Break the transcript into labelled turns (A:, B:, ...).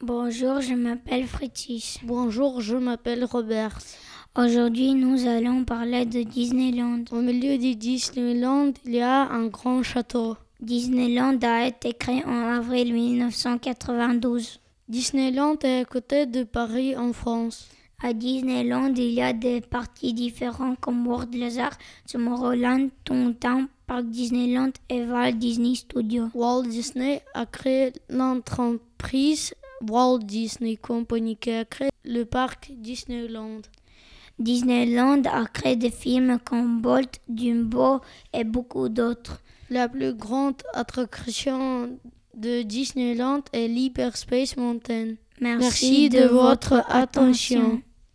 A: Bonjour, je m'appelle Fritis.
B: Bonjour, je m'appelle Robert.
A: Aujourd'hui, nous allons parler de Disneyland.
B: Au milieu de Disneyland, il y a un grand château.
A: Disneyland a été créé en avril 1992.
B: Disneyland est à côté de Paris en France.
A: À Disneyland, il y a des parties différentes comme World Lazar, Tomorrowland, Toontown, Park Disneyland et Walt Disney Studios.
B: Walt Disney a créé l'entreprise Walt Disney Company qui a créé le parc Disneyland.
A: Disneyland a créé des films comme Bolt, Dumbo et beaucoup d'autres.
B: La plus grande attraction de Disneyland est l'Hyperspace Mountain.
A: Merci, Merci de, de votre attention. attention.